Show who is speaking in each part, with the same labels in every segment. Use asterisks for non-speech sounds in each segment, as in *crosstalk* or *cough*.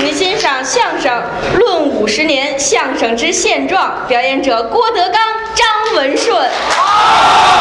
Speaker 1: 您欣赏相声《论五十年相声之现状》，表演者郭德纲、张文顺。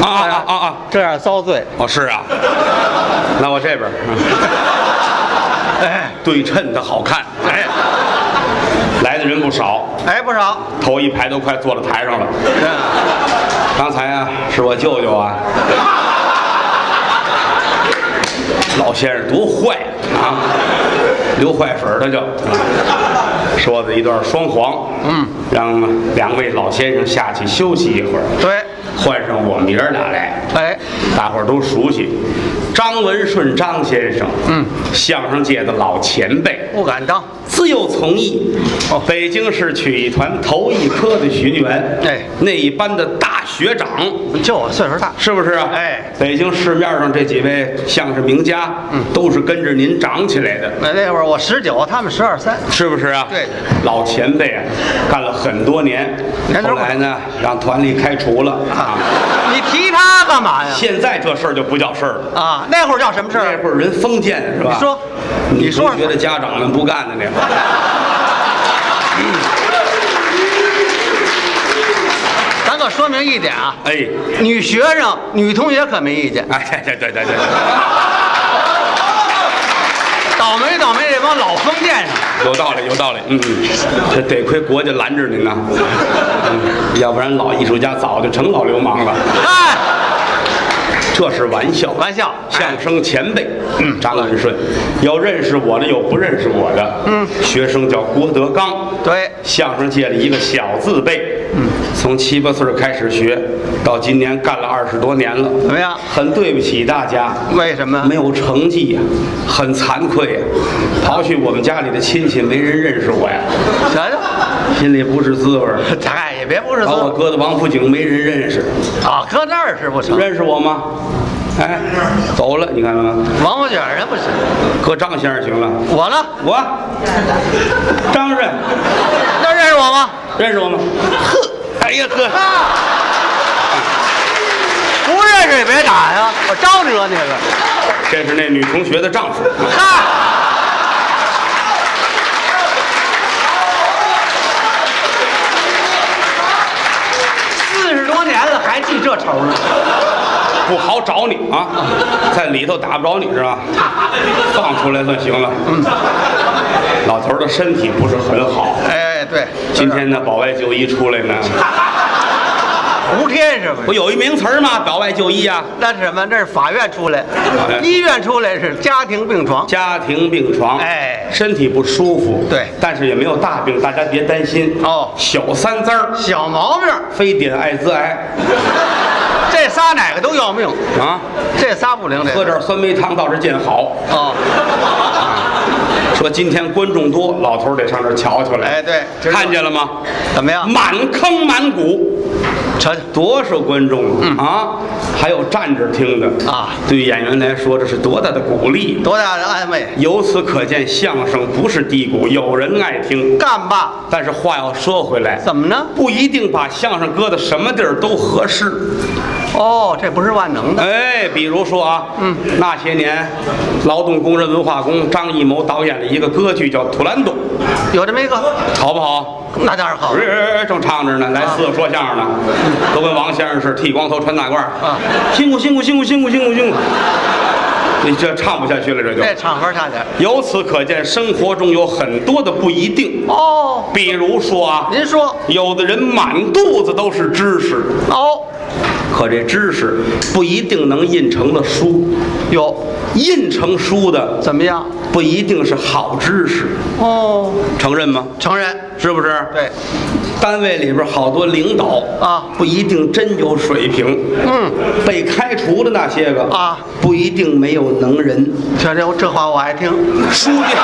Speaker 2: 啊啊啊啊！
Speaker 3: 这样遭罪。
Speaker 2: 哦，是啊，那我这边儿，哎，对称的好看，哎，来的人不少，
Speaker 3: 哎，不少。
Speaker 2: 头一排都快坐到台上了。
Speaker 3: 嗯
Speaker 2: 刚才啊，是我舅舅啊，老先生多坏啊，流坏水儿他就、啊说的一段双簧，嗯，让两位老先生下去休息一会儿，
Speaker 3: 对，
Speaker 2: 换上我们爷儿俩来，
Speaker 3: 哎，
Speaker 2: 大伙儿都熟悉，张文顺张先生，
Speaker 3: 嗯，
Speaker 2: 相声界的老前辈，
Speaker 3: 不敢当。
Speaker 2: 自幼从艺，
Speaker 3: 哦
Speaker 2: 北京市曲艺团头一科的学员，
Speaker 3: 哎
Speaker 2: 那一班的大学长，
Speaker 3: 就我岁数大。
Speaker 2: 是不是啊？
Speaker 3: 哎
Speaker 2: 北京市面上这几位相声名家，嗯，都是跟着您长起来的，
Speaker 3: 哎那那会儿我十九，他们十二三。
Speaker 2: 是不是啊？
Speaker 3: 嗯对，
Speaker 2: 老前辈啊，干了很多年，
Speaker 3: 年头
Speaker 2: 后来呢，让团里开除了啊。
Speaker 3: 你提他干嘛呀？
Speaker 2: 现在这事儿就不叫事儿了。
Speaker 3: 啊，那会儿叫什么事
Speaker 2: 那
Speaker 3: 儿？
Speaker 2: 会儿人封建是吧？
Speaker 3: 你说
Speaker 2: 你
Speaker 3: 你说
Speaker 2: 同学的家长们不干的那会儿，
Speaker 3: 咱可说明一点啊，
Speaker 2: 哎，
Speaker 3: 女学生、女同学可没意见。
Speaker 2: 哎，对对对对，
Speaker 3: 倒霉倒霉，这帮老封建上。
Speaker 2: 有道理有道理，嗯，嗯，这得亏国家拦着您呐、嗯要不然老艺术家早就成老流氓了。
Speaker 3: 哎，
Speaker 2: 这是玩笑，
Speaker 3: 玩笑
Speaker 2: 相声前辈，嗯，张文顺，要认识我的有不认识我的，嗯，学生叫郭德纲，
Speaker 3: 对
Speaker 2: 相声界里一个小字辈，嗯，从七八岁开始学，到今年干了二十多年了，
Speaker 3: 怎么样嗯
Speaker 2: 很对不起大家，
Speaker 3: 为什么
Speaker 2: 没？有成绩呀、很惭愧呀、刨去我们家里的亲戚，没人认识我呀，
Speaker 3: 瞧瞧，
Speaker 2: 心里不是滋
Speaker 3: *laughs*
Speaker 2: 味儿。
Speaker 3: 哎，也别不是
Speaker 2: 把我
Speaker 3: 说
Speaker 2: 哥的王府井没人认识，
Speaker 3: 啊，搁那儿是不成。
Speaker 2: 认识我吗？哎，走了，你看到吗？
Speaker 3: 王八卷儿人不行，
Speaker 2: 哥张先生行了，
Speaker 3: 我呢？
Speaker 2: 我张润
Speaker 3: 那认识我吗？
Speaker 2: 认识我吗？呵，哎呀
Speaker 3: 啊
Speaker 2: 呵，
Speaker 3: 不认识也别打呀，我招惹你了。
Speaker 2: 这是那女同学的丈夫，
Speaker 3: 嗨，四十多年了还记这仇呢？
Speaker 2: 不好找你啊，在里头打不着你是吧？放出来算行了。嗯，老头儿的身体不是很好，
Speaker 3: 哎，对，
Speaker 2: 今天呢，保外就医出来呢，
Speaker 3: 胡天是不
Speaker 2: 不
Speaker 3: 是？
Speaker 2: 有一名词儿吗？保外就医啊，
Speaker 3: 那是什么？那是法院出来
Speaker 2: 院，
Speaker 3: 医院出来是家庭病床。
Speaker 2: 家庭病床，
Speaker 3: 哎
Speaker 2: 身体不舒服，
Speaker 3: 对
Speaker 2: 但是也没有大病，大家别担心
Speaker 3: 哦
Speaker 2: 小三灾儿，
Speaker 3: 小毛病，
Speaker 2: 非典、艾滋癌
Speaker 3: 这仨哪个都要命，
Speaker 2: 啊，
Speaker 3: 这仨不灵。这
Speaker 2: 喝点酸梅汤倒是见好。
Speaker 3: 哦，
Speaker 2: 说今天观众多，老头儿得上这儿瞧瞧来。
Speaker 3: 哎对今儿
Speaker 2: 看见了嗯吗？
Speaker 3: 怎么样？
Speaker 2: 满坑满谷，
Speaker 3: 瞧瞧，嗯
Speaker 2: 多少观众啊！还有站着听的
Speaker 3: 啊
Speaker 2: 对演员来说这是多大的鼓励！
Speaker 3: 多大的安慰！
Speaker 2: 由此可见，相声不是低谷，有人爱听。
Speaker 3: 干吧，
Speaker 2: 但是话要说回来，
Speaker 3: 怎么呢？
Speaker 2: 不一定把相声搁到什么地儿都合适。
Speaker 3: 哦，这不是万能的。
Speaker 2: 哎，比如说啊，嗯，那些年，劳动工人文化宫张艺谋导演了一个歌剧叫《图兰朵》，
Speaker 3: 有这么一个，
Speaker 2: 好不好？
Speaker 3: 那当然好。
Speaker 2: 哎，正唱着呢，来四个说相声的，都跟王先生似的，剃光头穿大褂儿
Speaker 3: 啊，
Speaker 2: 辛苦辛苦辛苦辛苦辛苦辛苦，你这唱不下去了，这就。
Speaker 3: 这场合差点。
Speaker 2: 由此可见，生活中有很多的不一定，
Speaker 3: 哦，
Speaker 2: 比如说啊，
Speaker 3: 您说
Speaker 2: 有的人满肚子都是知识，
Speaker 3: 哦，
Speaker 2: 可这知识不一定能印成了书，
Speaker 3: 有
Speaker 2: 印成书的
Speaker 3: 怎么样？
Speaker 2: 不一定是好知识，
Speaker 3: 哦，
Speaker 2: 承认吗？
Speaker 3: 承认
Speaker 2: 是不是？
Speaker 3: 对，
Speaker 2: 单位里边好多领导
Speaker 3: 啊
Speaker 2: 不一定真有水平。
Speaker 3: 嗯，
Speaker 2: 被开除的那些个
Speaker 3: 啊，
Speaker 2: 不一定没有能人。
Speaker 3: 瞧这这话我爱听。我
Speaker 2: 书记，
Speaker 3: 怎么知道？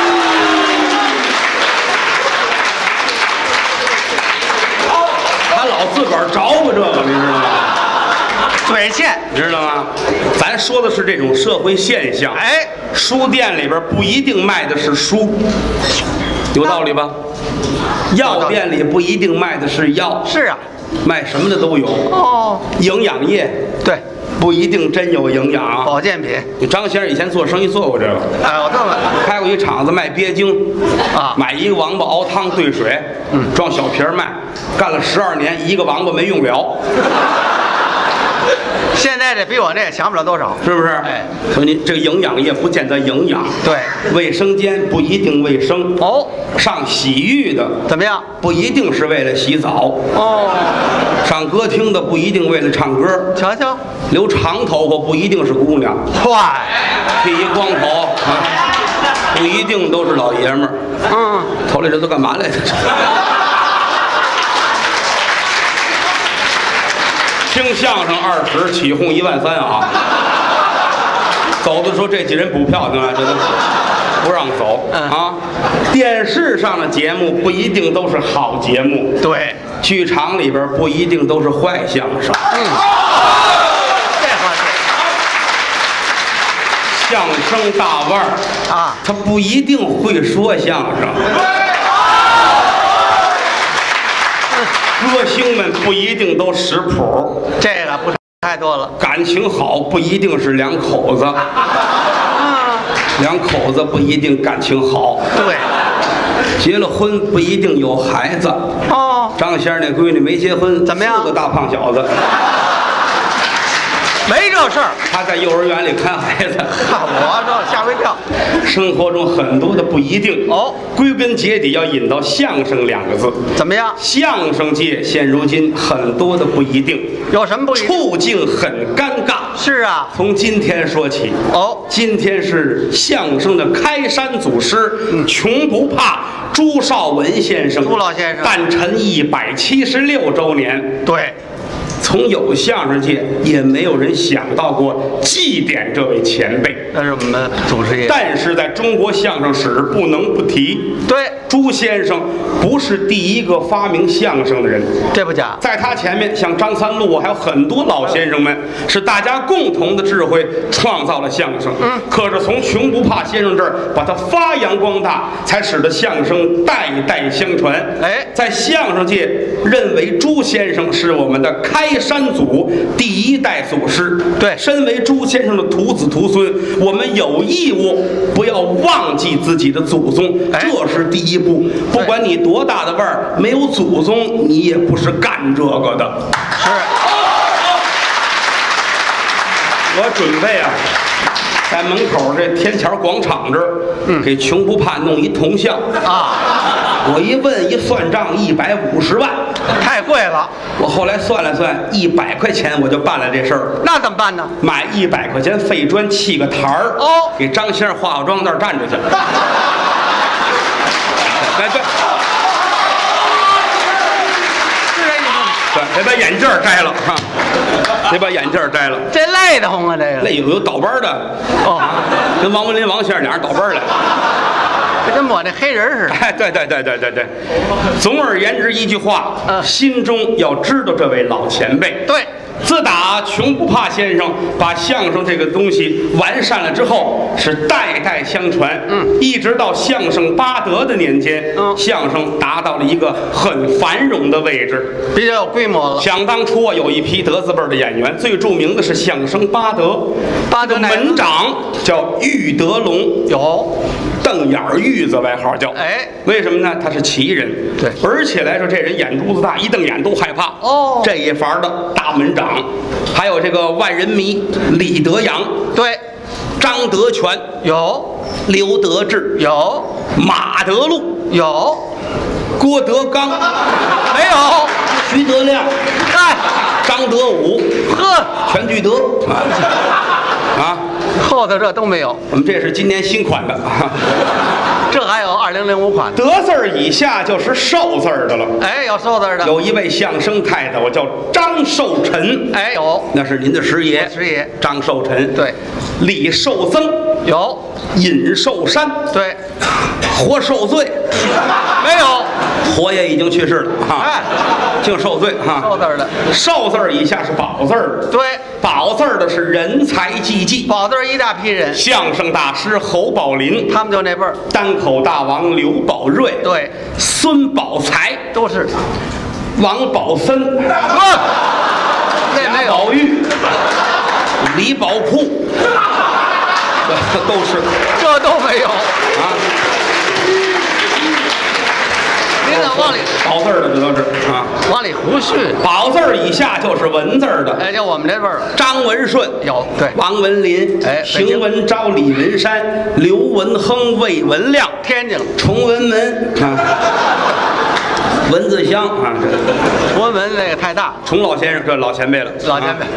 Speaker 3: 真的
Speaker 2: 他老自个儿儿着吧，这个你知道吗？
Speaker 3: 嘴欠，
Speaker 2: 你知道吗？咱说的是这种社会现象。
Speaker 3: 哎，
Speaker 2: 书店里边不一定卖的是书，有道理吧？药店里不一定卖的是药，
Speaker 3: 是啊，
Speaker 2: 卖什么的都有。
Speaker 3: 哦，
Speaker 2: 营养液
Speaker 3: 对，
Speaker 2: 不一定真有营养。啊
Speaker 3: 保健品，
Speaker 2: 张先生以前做生意做过这个，
Speaker 3: 哎，我这么，
Speaker 2: 开过一厂子卖鳖精，
Speaker 3: 啊
Speaker 2: 买一个王八熬汤兑水，嗯，装小瓶儿卖，干了十二年，一个王八没用了，
Speaker 3: 现在这比我这也强不了多少，
Speaker 2: 是不是？
Speaker 3: 哎，
Speaker 2: 所以你这个营养液不见得营养，
Speaker 3: 对，
Speaker 2: 卫生间不一定卫生，
Speaker 3: 哦，
Speaker 2: 上洗浴的
Speaker 3: 怎么样？
Speaker 2: 不一定是为了洗澡，
Speaker 3: 哦，
Speaker 2: 上歌厅的不一定为了唱歌，
Speaker 3: 瞧瞧，
Speaker 2: 留长头发不一定是姑娘，
Speaker 3: 坏，
Speaker 2: 剃一光头啊，不一定都是老爷们儿。
Speaker 3: 嗯，
Speaker 2: 头里这都干嘛
Speaker 3: *laughs*
Speaker 2: 来着？听相声二十起哄一万三啊！走的说这几人补票去了，这都不让走
Speaker 3: 嗯
Speaker 2: 啊！电视上的节目不一定都是好节目，
Speaker 3: 对，
Speaker 2: 剧场里边不一定都是坏相声，
Speaker 3: 嗯这话是
Speaker 2: 相声大腕儿
Speaker 3: 啊，
Speaker 2: 他不一定会说相声。歌星们不一定都识谱，
Speaker 3: 这个不太多了，
Speaker 2: 感情好不一定是两口子，
Speaker 3: 嗯
Speaker 2: 两口子不一定感情好，
Speaker 3: 对，
Speaker 2: 结了婚不一定有孩子。
Speaker 3: 哦，
Speaker 2: 张先生那闺女没结婚，
Speaker 3: 怎么样
Speaker 2: 四个大胖小子，
Speaker 3: 没这事儿，
Speaker 2: 他在幼儿园里看孩子。
Speaker 3: 看我这吓我一跳，
Speaker 2: 生活中很多的不一定
Speaker 3: 哦，
Speaker 2: 归根结底要引到相声两个字。
Speaker 3: 怎么样？
Speaker 2: 相声界现如今很多的不一定，
Speaker 3: 有什么不一定？
Speaker 2: 处境很尴尬。
Speaker 3: 是啊，
Speaker 2: 从今天说起，
Speaker 3: 哦，
Speaker 2: 今天是相声的开山祖师，穷不怕朱绍文先生，
Speaker 3: 嗯朱老先生
Speaker 2: 诞辰一百七十六周年。
Speaker 3: 对，
Speaker 2: 从有相声界也没有人想到过祭奠这位前辈，
Speaker 3: 那是我们主持人，
Speaker 2: 但是在中国相声史不能不提。
Speaker 3: 对，
Speaker 2: 朱先生不是第一个发明相声的人，
Speaker 3: 这不假，
Speaker 2: 在他前面，像张三啊路，还有很多老先生们，是大家共同的智慧创造了相声。嗯，可是从穷不怕先生这儿把它发扬光大，才使得相声代代相传。
Speaker 3: 哎
Speaker 2: 在相声界认为朱先生是我们的开山祖第一代祖师。
Speaker 3: 对
Speaker 2: 身为朱先生的徒子徒孙，我们有义务不要忘记自己的祖宗，
Speaker 3: 哎
Speaker 2: 这是第一步。不
Speaker 3: 对
Speaker 2: 管你多大的腕儿，没有祖宗，你也不是干这个的。
Speaker 3: 是，
Speaker 2: 我准备啊，在门口这天桥广场这儿，给穷不怕弄一铜像。
Speaker 3: 啊，
Speaker 2: 我一问一算账，一百五十万。
Speaker 3: 太贵了，
Speaker 2: 我后来算了算，一百块钱我就办了这事儿了。
Speaker 3: 那怎么办呢？
Speaker 2: 买一百块钱废砖砌个台儿，
Speaker 3: 哦
Speaker 2: 给张先生化化妆那儿站着去。来，对
Speaker 3: 是这意思吗？
Speaker 2: 对，得把眼镜儿摘了哈，得把眼镜儿摘了。
Speaker 3: 这累得慌啊，这个，
Speaker 2: 那有有倒班儿的，
Speaker 3: 哦，
Speaker 2: 跟王文林、王先生俩人倒班儿来。
Speaker 3: 这跟我那黑人似的，
Speaker 2: 哎，对对对对对对，总而言之一句话，
Speaker 3: 嗯
Speaker 2: 心中要知道这位老前辈。
Speaker 3: 对，
Speaker 2: 自打穷不怕先生把相声这个东西完善了之后，是代代相传，嗯，一直到相声巴德的年间，
Speaker 3: 嗯
Speaker 2: 相声达到了一个很繁荣的位置。
Speaker 3: 比较有规模了，
Speaker 2: 想当初啊，有一批德字辈儿的演员，最著名的是相声巴德，
Speaker 3: 巴德
Speaker 2: 这
Speaker 3: 哪个
Speaker 2: 门长叫玉德龙，
Speaker 3: 有，
Speaker 2: 瞪眼儿玉子外号叫。
Speaker 3: 哎，
Speaker 2: 为什么呢？他是奇人，
Speaker 3: 对
Speaker 2: 而且来说这人眼珠子大，一瞪眼都害怕。
Speaker 3: 哦
Speaker 2: 这一伐的大门长，还有这个万人迷李德阳、
Speaker 3: 对，
Speaker 2: 张德全、
Speaker 3: 有，
Speaker 2: 刘德志、
Speaker 3: 有，
Speaker 2: 马德禄、
Speaker 3: 有，
Speaker 2: 郭德纲、 *laughs*
Speaker 3: 没有？
Speaker 2: 徐德亮、
Speaker 3: 嗨，
Speaker 2: 张德武、
Speaker 3: 呵，
Speaker 2: 全聚德。啊，
Speaker 3: 后头这都没有，
Speaker 2: 我们这是今年新款的。 *laughs*
Speaker 3: 这还有二零零五款的，
Speaker 2: 德字儿以下就是寿字儿的了。
Speaker 3: 哎，有瘦字儿的，
Speaker 2: 有一位相声太太，我叫张寿臣，
Speaker 3: 哎，有，
Speaker 2: 那是您的师爷，
Speaker 3: 我师爷
Speaker 2: 张寿臣，
Speaker 3: 对，
Speaker 2: 李寿增、
Speaker 3: 有，
Speaker 2: 尹寿山、
Speaker 3: 对，
Speaker 2: 活受罪、
Speaker 3: 没有，
Speaker 2: 活爷已经去世了哈，
Speaker 3: 哎
Speaker 2: 净受罪哈。
Speaker 3: 瘦字儿的，
Speaker 2: 寿字儿以下是宝字儿，
Speaker 3: 对，
Speaker 2: 宝字儿的是人才济济，
Speaker 3: 宝字儿一大批人，
Speaker 2: 相声大师侯宝林，
Speaker 3: 他们就那辈儿，
Speaker 2: 单口大王刘宝瑞，
Speaker 3: 对，
Speaker 2: 孙宝才，
Speaker 3: 都是，
Speaker 2: 王宝森，
Speaker 3: 啊，那
Speaker 2: 贾
Speaker 3: 没有，
Speaker 2: 宝玉，李宝库，
Speaker 3: *laughs*
Speaker 2: 都是
Speaker 3: 这都没有，
Speaker 2: 啊，
Speaker 3: 您得往里
Speaker 2: 宝字儿的这都是啊，
Speaker 3: 往里胡续，
Speaker 2: 宝字儿以下就是文字儿的，
Speaker 3: 哎，就我们这辈儿了，
Speaker 2: 张文顺。
Speaker 3: 有，对，
Speaker 2: 王文林、
Speaker 3: 哎北
Speaker 2: 邢
Speaker 3: 京
Speaker 2: 文昭、李文山、刘文亨、魏文亮、
Speaker 3: 天津了，
Speaker 2: 崇文门啊，文子香啊，这
Speaker 3: 文文那个太大，
Speaker 2: 崇老先生这老前辈了，
Speaker 3: 老前辈
Speaker 2: 啊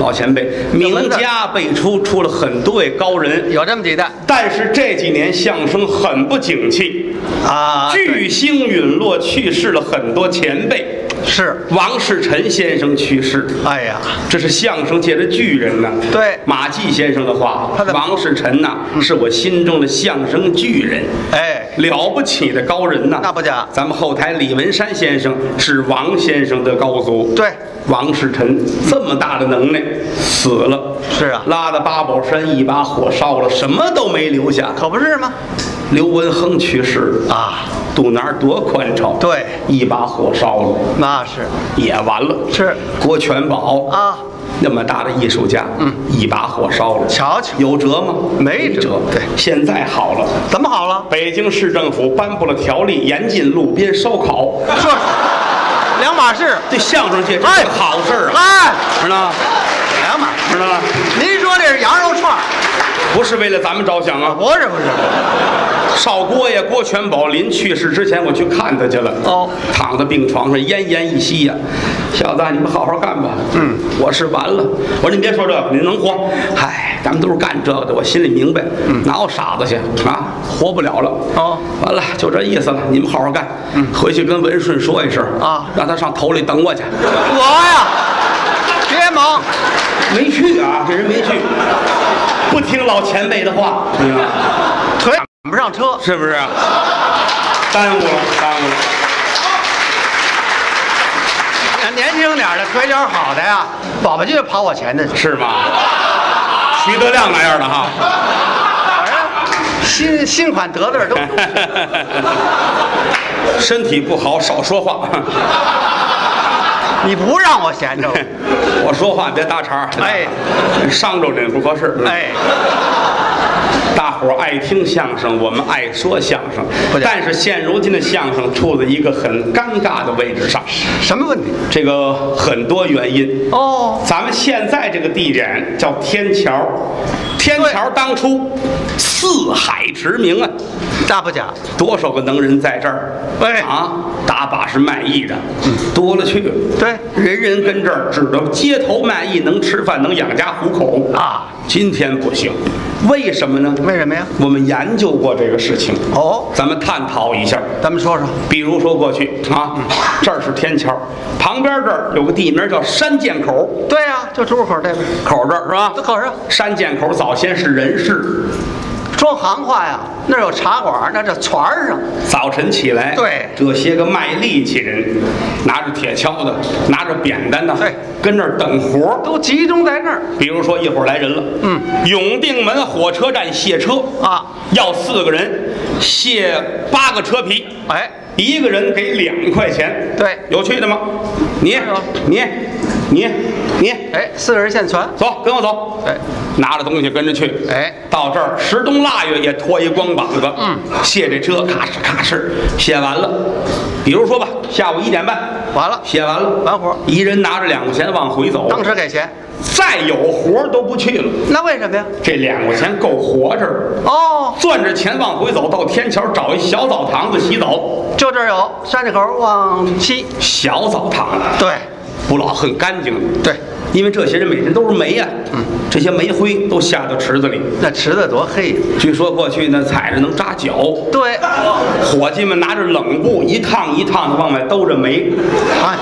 Speaker 2: 老前辈，名家辈出，出了很多位高人，
Speaker 3: 有这么几代
Speaker 2: 但是这几年相声很不景气，
Speaker 3: 啊
Speaker 2: 巨星陨落，去世了很多前辈，
Speaker 3: 是，
Speaker 2: 王世臣先生去世。
Speaker 3: 哎呀，
Speaker 2: 这是相声界的巨人呐、
Speaker 3: 对
Speaker 2: 马季先生的话，
Speaker 3: 他的嗯
Speaker 2: 王世臣呐、是我心中的相声巨人，
Speaker 3: 哎，
Speaker 2: 了不起的高人呐、
Speaker 3: 那不假
Speaker 2: 咱们后台李文山先生是王先生的高祖，
Speaker 3: 对，
Speaker 2: 王世臣这么大的能耐，死了。
Speaker 3: 是啊
Speaker 2: 拉到八宝山一把火烧了，什么都没留下。
Speaker 3: 可不是吗？
Speaker 2: 刘文亨去世了，
Speaker 3: 啊，
Speaker 2: 肚腩儿多宽敞，
Speaker 3: 对
Speaker 2: 一把火烧了。
Speaker 3: 那是，
Speaker 2: 也完了。
Speaker 3: 是
Speaker 2: 郭全宝
Speaker 3: 啊，
Speaker 2: 那么大的艺术家，嗯，一把火烧了，
Speaker 3: 瞧瞧
Speaker 2: 有辙吗？
Speaker 3: 没辙
Speaker 2: 辙。
Speaker 3: 对，
Speaker 2: 现在好了，
Speaker 3: 怎么好了？
Speaker 2: 北京市政府颁布了条例，严禁路边烧烤。
Speaker 3: 这两码事，
Speaker 2: 对相声界这是
Speaker 3: 哎
Speaker 2: 个好事儿啊，
Speaker 3: 哎，
Speaker 2: 知道吗？
Speaker 3: 两码事，
Speaker 2: 知道吗？
Speaker 3: 您说这是羊肉串儿，
Speaker 2: 不是为了咱们着想啊。
Speaker 3: 不是不是，
Speaker 2: 少郭呀，郭全宝临去世之前，我去看他去了。
Speaker 3: 哦，
Speaker 2: 躺在病床上，奄奄一息呀、小子，你们好好干吧。嗯，我是完了。我说您别说这个，您能活？嗨，咱们都是干这个的，我心里明白。嗯，哪有傻子去啊？活不了了。
Speaker 3: 哦，
Speaker 2: 完了，就这意思了。你们好好干。嗯，回去跟文顺说一声
Speaker 3: 啊
Speaker 2: 让他上头里等我去。
Speaker 3: 我呀，别忙，
Speaker 2: 没去啊，这人没去，不听老前辈的话，你知道吗啊
Speaker 3: 腿赶不上车，
Speaker 2: 是不是？耽误了，耽误了。
Speaker 3: 年轻点儿的腿脚好的呀，宝宝就跑我前头去，
Speaker 2: 是吗？徐德亮那样的哈， *laughs*
Speaker 3: 反正新新款德字儿 *laughs* 都
Speaker 2: 身体不好少说话， *laughs*
Speaker 3: 你不让我闲着了，
Speaker 2: 我说话别搭茬，
Speaker 3: 哎，
Speaker 2: 伤着您不合适。，
Speaker 3: *laughs* 哎，
Speaker 2: 大伙儿爱听相声，我们爱说相声
Speaker 3: 不，假
Speaker 2: 但是现如今的相声处在一个很尴尬的位置上，
Speaker 3: 什么问题？
Speaker 2: 这个很多原因。
Speaker 3: 哦，
Speaker 2: 咱们现在这个地点叫天桥，天桥当初四海驰名啊，
Speaker 3: 那不假，
Speaker 2: 多少个能人在这儿？
Speaker 3: 哎嗯
Speaker 2: 啊，大把是卖艺的，多了去了。
Speaker 3: 对
Speaker 2: 人人跟这儿指着街头卖艺，能吃饭，能养家糊口。
Speaker 3: 啊，
Speaker 2: 今天不行，为什么呢？
Speaker 3: 为什么呀？
Speaker 2: 我们研究过这个事情，
Speaker 3: 哦，
Speaker 2: 咱们探讨一下。
Speaker 3: 咱们说说，
Speaker 2: 比如说过去
Speaker 3: 嗯
Speaker 2: 啊，这儿是天桥，旁边这儿有个地名叫山涧口，
Speaker 3: 对呀、就出入口这边，
Speaker 2: 口这儿是吧？
Speaker 3: 这口上
Speaker 2: 山涧口早先是人市，
Speaker 3: 装行话呀，那儿有茶馆，那这船儿上，
Speaker 2: 早晨起来，
Speaker 3: 对
Speaker 2: 这些个卖力气人，拿着铁锹的，拿着扁担的，
Speaker 3: 对
Speaker 2: 跟那儿等活儿。
Speaker 3: 都集中在那儿
Speaker 2: 比如说一会儿来人了，嗯，永定门火车站卸车，
Speaker 3: 啊，
Speaker 2: 要四个人卸八个车皮，
Speaker 3: 哎，
Speaker 2: 一个人给两块钱，
Speaker 3: 对
Speaker 2: 有趣的吗？你
Speaker 3: 哎呦
Speaker 2: 你你你，
Speaker 3: 哎，四个人现传，
Speaker 2: 走，跟我走，
Speaker 3: 哎，
Speaker 2: 拿着东西跟着去，
Speaker 3: 哎
Speaker 2: 到这儿十冬腊月也脱一光膀子，嗯，卸这车咔哧咔哧卸完了，比如说吧，下午一点半
Speaker 3: 完了
Speaker 2: 卸完了，
Speaker 3: 完活儿
Speaker 2: 一人拿着两块钱往回走，
Speaker 3: 啊当时给钱，
Speaker 2: 再有活儿都不去了，
Speaker 3: 那为什么呀？
Speaker 2: 这两块钱够活着了，
Speaker 3: 哦，
Speaker 2: 攥着钱往回走，到天桥找一小澡堂子洗澡，
Speaker 3: 就这儿有山这口往西，
Speaker 2: 小澡堂子
Speaker 3: 对
Speaker 2: 不老很干净的，
Speaker 3: 对，
Speaker 2: 因为这些人每天都是煤呀、嗯，这些煤灰都下到池子里。
Speaker 3: 那池子多黑呀，
Speaker 2: 据说过去呢，踩着能扎脚，
Speaker 3: 对，
Speaker 2: 伙计们拿着冷布一趟一趟的往外兜着煤，
Speaker 3: 哎，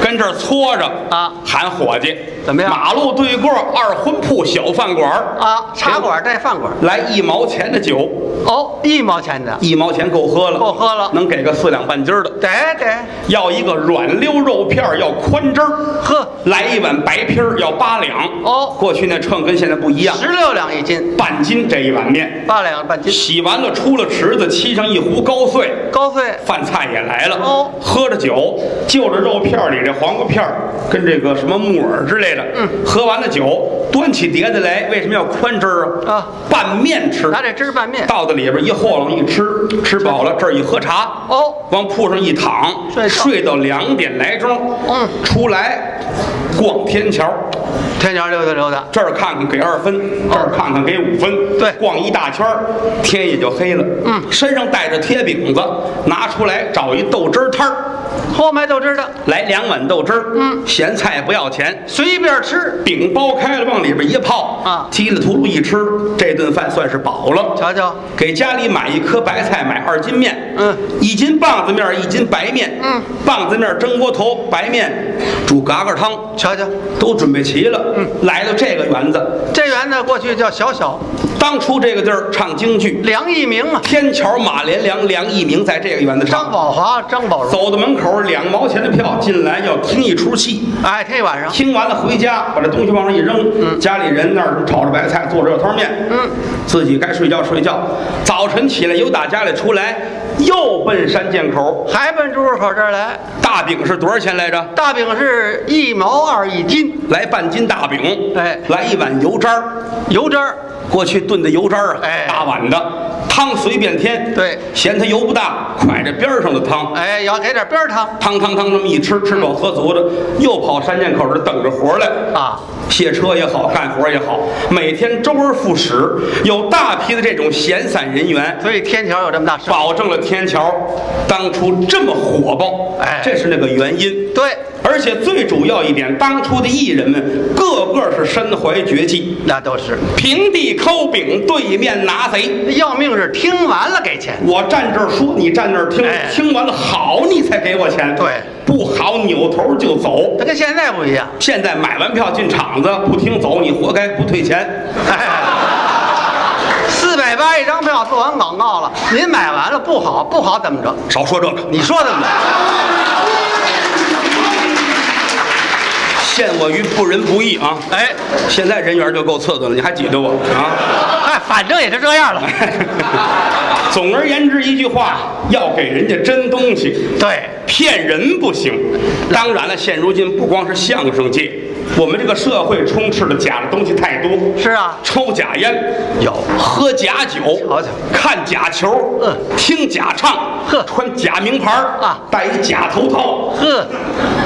Speaker 2: 跟这儿搓着
Speaker 3: 啊
Speaker 2: 喊伙计
Speaker 3: 怎么样啊
Speaker 2: 马路对过二荤铺小饭馆儿
Speaker 3: 啊，茶馆带饭馆，
Speaker 2: 来一毛钱的酒，
Speaker 3: 哦，一毛钱的，
Speaker 2: 一毛钱够喝了，
Speaker 3: 够喝了
Speaker 2: 能给个四两半斤儿的。
Speaker 3: 得得，
Speaker 2: 要一个软溜肉片儿，要宽汁儿，
Speaker 3: 呵，
Speaker 2: 来一碗白皮儿，要八两。
Speaker 3: 哦
Speaker 2: 过去那秤跟现在不一样，
Speaker 3: 十六两一斤，
Speaker 2: 半斤这一碗面，
Speaker 3: 八两半斤，
Speaker 2: 洗完了出了池子，沏上一壶高碎，
Speaker 3: 高碎，
Speaker 2: 饭菜也来了。
Speaker 3: 哦
Speaker 2: 喝着酒，就着肉片儿里这黄瓜片儿跟这个什么木耳之类的，嗯，喝完了酒，端起碟子来，为什么要宽汁儿啊？
Speaker 3: 啊
Speaker 2: 拌面吃，
Speaker 3: 拿这汁儿拌面，
Speaker 2: 到到里边一和楞一吃，吃饱了这儿一喝茶，
Speaker 3: 哦
Speaker 2: 往铺上一躺，
Speaker 3: 睡觉
Speaker 2: 睡到两点来钟，
Speaker 3: 嗯，
Speaker 2: 出来逛天桥，
Speaker 3: 天桥溜达溜达，
Speaker 2: 这儿看看给二分，这儿看看给五分，
Speaker 3: 对
Speaker 2: 逛一大圈儿，天也就黑了，嗯，身上带着贴饼子，拿出来找一豆汁儿摊儿，
Speaker 3: 后卖豆汁的，
Speaker 2: 来两碗豆汁儿，嗯，咸菜不要钱。
Speaker 3: 随便吃，
Speaker 2: 饼剥开了，往里边一泡
Speaker 3: 啊
Speaker 2: 叽里秃噜一吃，这顿饭算是饱了。
Speaker 3: 瞧瞧，
Speaker 2: 给家里买一颗白菜，买二斤面，
Speaker 3: 嗯，
Speaker 2: 一斤棒子面，一斤白面，嗯，棒子面蒸窝头，白面煮嘎嘎汤，
Speaker 3: 瞧瞧，
Speaker 2: 都准备齐了。嗯，来到这个园子，
Speaker 3: 这园子过去叫小小
Speaker 2: 当初这个地儿唱京剧，
Speaker 3: 梁一鸣嘛，
Speaker 2: 天桥马连良、梁一鸣在这个园子
Speaker 3: 啊张
Speaker 2: 唱。
Speaker 3: 宝华、张宝荣，
Speaker 2: 走到门口，两毛钱的票进来要听一出戏，
Speaker 3: 哎，这晚上
Speaker 2: 听完了回家，把这东西往上一扔，
Speaker 3: 嗯
Speaker 2: 家里人那儿炒着白菜，做着小汤面，嗯，自己该睡觉睡觉。早晨起来由打家里出来，又奔山涧口。
Speaker 3: 还奔猪肉口这儿来，
Speaker 2: 大饼是多少钱来着？
Speaker 3: 大饼是一毛二一斤，
Speaker 2: 来半斤大饼，
Speaker 3: 哎
Speaker 2: 来一碗油渣儿，
Speaker 3: 油汁儿，
Speaker 2: 过去炖的油渣儿啊，
Speaker 3: 哎
Speaker 2: 大碗的，汤随便添，
Speaker 3: 对
Speaker 2: 嫌它油不大，蒯着边儿上的汤，
Speaker 3: 哎，要给点边儿汤
Speaker 2: 汤汤汤这么一吃，吃饱喝足的，又跑山涧口这儿等着活儿来
Speaker 3: 啊，
Speaker 2: 卸车也好，干活也好，每天周而复始，有大批的这种闲散人员，
Speaker 3: 所以天桥有这么大事，
Speaker 2: 保证了天桥当初这么火爆。
Speaker 3: 哎
Speaker 2: 这是那个原因。
Speaker 3: 对，
Speaker 2: 而且最主要一点，当初的艺人们个个是身怀绝技，
Speaker 3: 那都是。
Speaker 2: 平地抠饼，对面拿贼。
Speaker 3: 要命是听完了给钱，
Speaker 2: 我站这儿说，你站那儿听，
Speaker 3: 哎
Speaker 2: 听完了好你才给我钱，
Speaker 3: 对，
Speaker 2: 不好扭头就走。
Speaker 3: 它跟现在不一样。 *laughs*
Speaker 2: 现在买完票进场子不听走，你活该不退钱。
Speaker 3: 四百八一张票做完广告了，您买完了不好，不好怎么着？
Speaker 2: 少说这个，
Speaker 3: 你说怎么着？
Speaker 2: 陷我于不仁不义啊！
Speaker 3: 哎，
Speaker 2: 现在人缘就够刺钝了，你还挤兑我啊？ *laughs*
Speaker 3: 哎，反正也就这样了。
Speaker 2: 总而言之，一句话，要给人家真东西，
Speaker 3: *laughs* 对，
Speaker 2: 骗人不行。当然了，现如今不光是相声界，我们这个社会充斥的假的东西太多。
Speaker 3: 是啊
Speaker 2: 抽假烟
Speaker 3: 有
Speaker 2: 喝假酒，
Speaker 3: 瞧瞧
Speaker 2: 看假球，
Speaker 3: 嗯
Speaker 2: 听假唱，
Speaker 3: 呵
Speaker 2: 穿假名牌儿
Speaker 3: 啊
Speaker 2: 戴一假头套，
Speaker 3: 呵，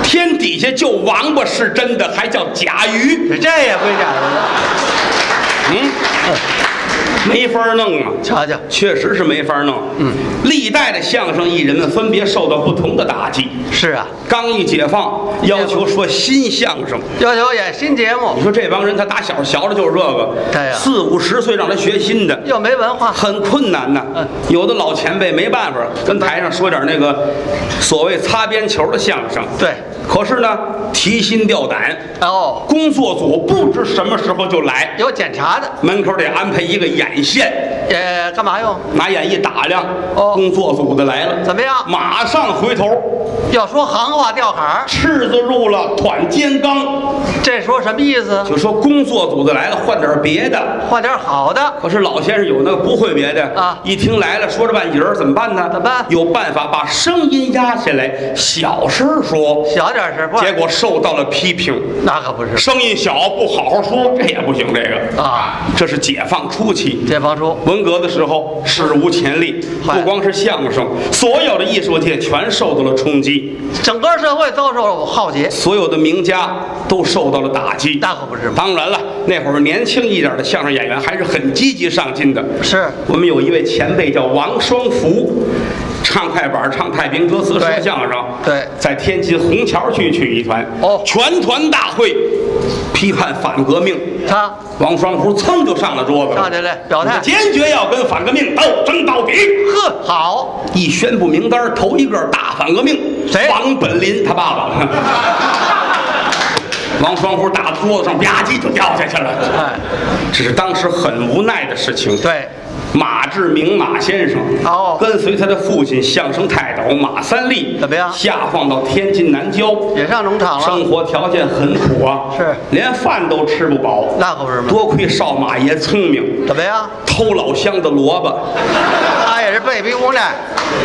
Speaker 2: 天底下就王八是真的，还叫假鱼，
Speaker 3: 这也归假的，
Speaker 2: 嗯，没法弄啊。
Speaker 3: 瞧瞧，
Speaker 2: 确实是没法弄。嗯，历代的相声艺人们分别受到不同的打击。
Speaker 3: 是啊，
Speaker 2: 刚一解放，要求说新相声。
Speaker 3: 要求演新节目
Speaker 2: 你说这帮人，他打小学的就是这个，
Speaker 3: 对呀
Speaker 2: 四五十岁让他学新的，
Speaker 3: 又没文化，
Speaker 2: 很困难呐。
Speaker 3: 嗯
Speaker 2: 有的老前辈没办法，跟台上说点那个所谓擦边球的相声。
Speaker 3: 对，
Speaker 2: 可是呢，提心吊胆。
Speaker 3: 哦，
Speaker 2: 工作组不知什么时候就来，
Speaker 3: 有检查的，
Speaker 2: 门口得安排一个眼线，
Speaker 3: 也干嘛用？
Speaker 2: 拿眼一打量，
Speaker 3: 哦
Speaker 2: 工作组的来了，
Speaker 3: 怎么样
Speaker 2: 马上回头，
Speaker 3: 要说行话掉坎儿，
Speaker 2: 赤子入了，团尖刚，
Speaker 3: 这时候什么意思？
Speaker 2: 就说工作组的来了，换点别的。
Speaker 3: 换点好的，
Speaker 2: 可是老先生有那个不会别的
Speaker 3: 啊
Speaker 2: 一听来了，说着半截儿，怎么办呢？
Speaker 3: 怎么办
Speaker 2: 有办法把声音压下来，小声说，
Speaker 3: 小点声，不
Speaker 2: 结
Speaker 3: 然
Speaker 2: 果受到了批评，
Speaker 3: 那可不是
Speaker 2: 声音小不好好说，这也不行，这个
Speaker 3: 啊。
Speaker 2: 这是解放初期，
Speaker 3: 解放出
Speaker 2: 文革的时候史无前例，
Speaker 3: 嗨
Speaker 2: 不光是相声，所有的艺术界全受到了冲击，
Speaker 3: 整个社会遭受浩劫，
Speaker 2: 所有的名家都受到了打击。
Speaker 3: 那可不是吗？
Speaker 2: 当然了，那会儿年轻一点的相声演员还是很积极上进的。
Speaker 3: 是
Speaker 2: 我们有一位前辈叫王双福，唱快板、唱太平歌词、说
Speaker 3: 对
Speaker 2: 相声。
Speaker 3: 对
Speaker 2: 在天津虹桥区曲艺团，
Speaker 3: 哦
Speaker 2: 全团大会批判反革命，
Speaker 3: 他
Speaker 2: 王双福噌就上了桌子了，
Speaker 3: 上去了表态
Speaker 2: 坚决要跟反革命斗争到底。
Speaker 3: 呵好，
Speaker 2: 一宣布名单，头一个大反革命，
Speaker 3: 谁
Speaker 2: 王本林他爸爸。 *laughs* 王双福打桌子上吧唧就掉下去了，
Speaker 3: 哎，
Speaker 2: 这是当时很无奈的事情。
Speaker 3: 对，
Speaker 2: 马志明马先生
Speaker 3: 哦
Speaker 2: 跟随他的父亲相声泰斗马三立，
Speaker 3: 怎么样
Speaker 2: 下放到天津南郊，
Speaker 3: 也上农场了，
Speaker 2: 生活条件很苦啊，
Speaker 3: 是
Speaker 2: 连饭都吃不饱。
Speaker 3: 那可不是吗？
Speaker 2: 多亏少马爷聪明，
Speaker 3: 怎么样？
Speaker 2: 偷老乡的萝卜，
Speaker 3: 他也是被逼无奈，